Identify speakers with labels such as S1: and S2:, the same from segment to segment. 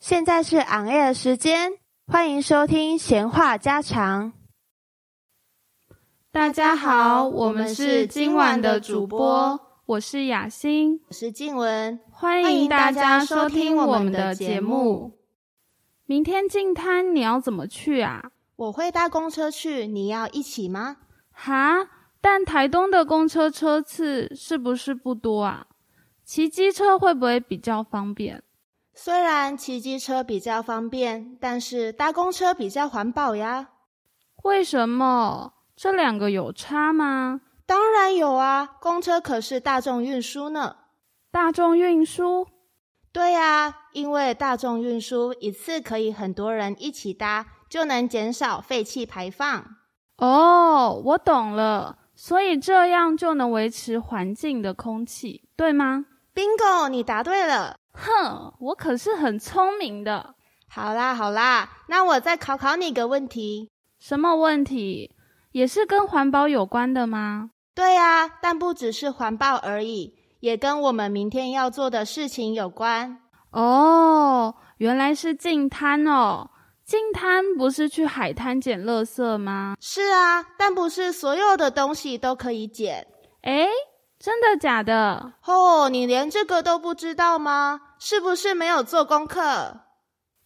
S1: 现在是 on air 时间，欢迎收听闲话家常。
S2: 大家好，我们是今晚的主播，我是雅欣，
S1: 我是静文，
S2: 欢迎大家收听我们的节目。明天进滩你要怎么去啊？
S1: 我会搭公车去，你要一起吗？
S2: 哈，但台东的公车车次是不是不多啊？骑机车会不会比较方便？
S1: 虽然骑机车比较方便，但是搭公车比较环保呀。
S2: 为什么这两个有差吗？
S1: 当然有啊，公车可是大众运输呢。
S2: 大众运输
S1: 对呀、因为大众运输一次可以很多人一起搭，就能减少废气排放。
S2: 哦，我懂了，所以这样就能维持环境的空气，对吗？
S1: bingo，你答对了。
S2: 哼，嗯我可是很聪明的。
S1: 好啦好啦，那我再考考你个问题。
S2: 什么问题？也是跟环保有关的吗？
S1: 对呀、但不只是环保而已，也跟我们明天要做的事情有关。
S2: 哦，原来是净滩哦。净滩不是去海滩捡垃圾吗？
S1: 是啊，但不是所有的东西都可以捡。
S2: 诶，真的假的？
S1: 哦，你连这个都不知道吗？是不是没有做功课？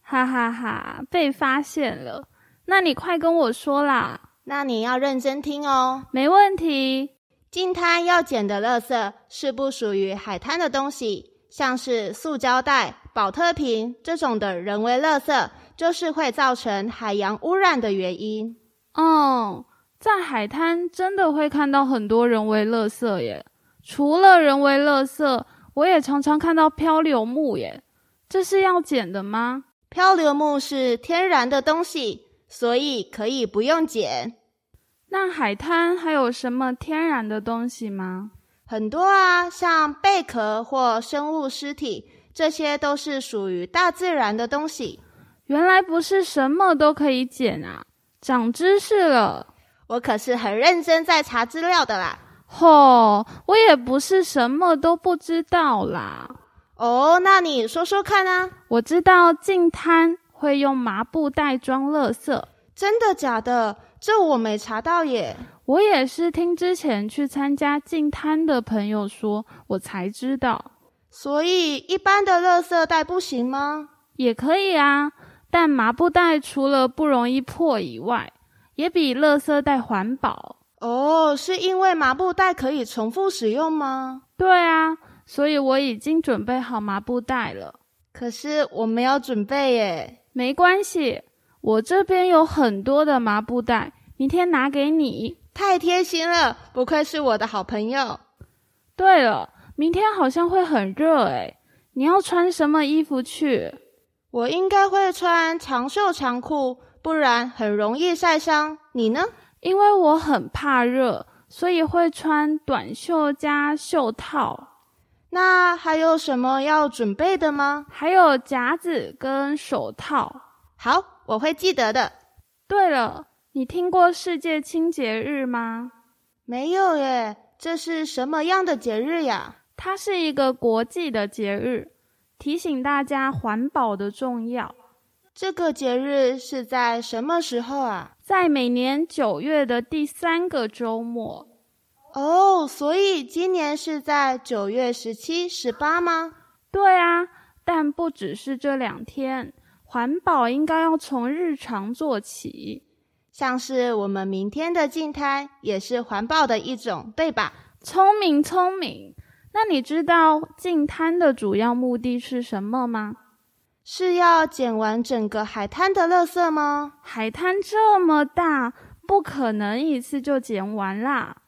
S2: 哈哈哈被发现了。那你快跟我说啦，
S1: 那你要认真听哦。
S2: 没问题。
S1: 近滩要捡的垃圾是不属于海滩的东西，像是塑胶袋、保特瓶这种的人为垃圾，就是会造成海洋污染的原因。
S2: 哦，在海滩真的会看到很多人为垃圾耶。除了人为垃圾，我也常常看到漂流木耶。这是要捡的吗？
S1: 漂流木是天然的东西，所以可以不用捡。
S2: 那海滩还有什么天然的东西吗？
S1: 很多啊，像贝壳或生物尸体，这些都是属于大自然的东西。
S2: 原来不是什么都可以捡啊，长知识了。
S1: 我可是很认真在查资料的啦。
S2: 吼，我也不是什么都不知道啦。
S1: 哦，那你说说看啊，
S2: 我知道净滩会用麻布袋装垃圾，
S1: 真的假的？这我没查到耶。
S2: 我也是听之前去参加净滩的朋友说，我才知道
S1: 所以一般的垃圾袋不行吗？
S2: 也可以啊。但麻布袋除了不容易破以外，也比垃圾袋环保。
S1: 哦，是因为麻布袋可以重复使用吗？
S2: 对啊，所以我已经准备好麻布袋了。
S1: 可是我没有准备耶。
S2: 没关系，我这边有很多的麻布袋，明天拿给你。
S1: 太贴心了，不愧是我的好朋友。
S2: 对了，明天好像会很热诶，你要穿什么衣服去？
S1: 我应该会穿长袖长裤，不然很容易晒伤。你呢？
S2: 因为我很怕热，所以会穿短袖加袖套，
S1: 那还有什么要准备的吗？
S2: 还有夹子跟手套。
S1: 好，我会记得的。
S2: 对了，你听过世界清洁日吗？
S1: 没有耶，这是什么样的节日呀？
S2: 它是一个国际的节日，提醒大家环保的重要。
S1: 这个节日是在什么时候啊？
S2: 在每年九月的第三个周末，
S1: 哦，所以今年是在九月十七、十八吗？
S2: 对啊，但不只是这两天，环保应该要从日常做起。
S1: 像是我们明天的净滩也是环保的一种，对吧？
S2: 聪明，聪明。那你知道净滩的主要目的是什么吗？
S1: 是要捡完整个海滩的垃圾吗？
S2: 海滩这么大，不可能一次就捡完啦。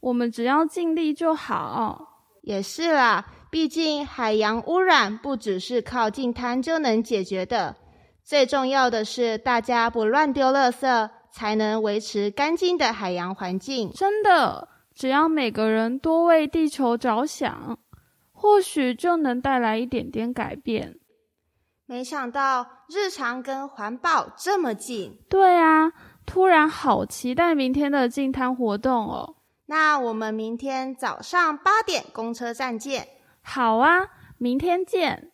S2: 我们只要尽力就好。
S1: 也是啦，毕竟海洋污染不只是靠净滩就能解决的，最重要的是大家不乱丢垃圾，才能维持干净的海洋环境。
S2: 真的，只要每个人多为地球着想，或许就能带来一点点改变。
S1: 没想到日常跟环保这么近，
S2: 对啊，突然好期待明天的净滩活动哦。
S1: 那我们明天早上八点公车站见。
S2: 好啊，明天见。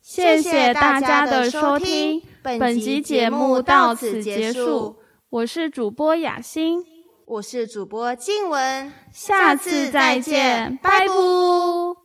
S2: 谢谢大家的收听，
S1: 本集节目到此结束。
S2: 我是主播雅欣，
S1: 我是主播静文，
S2: 下次再见，拜拜。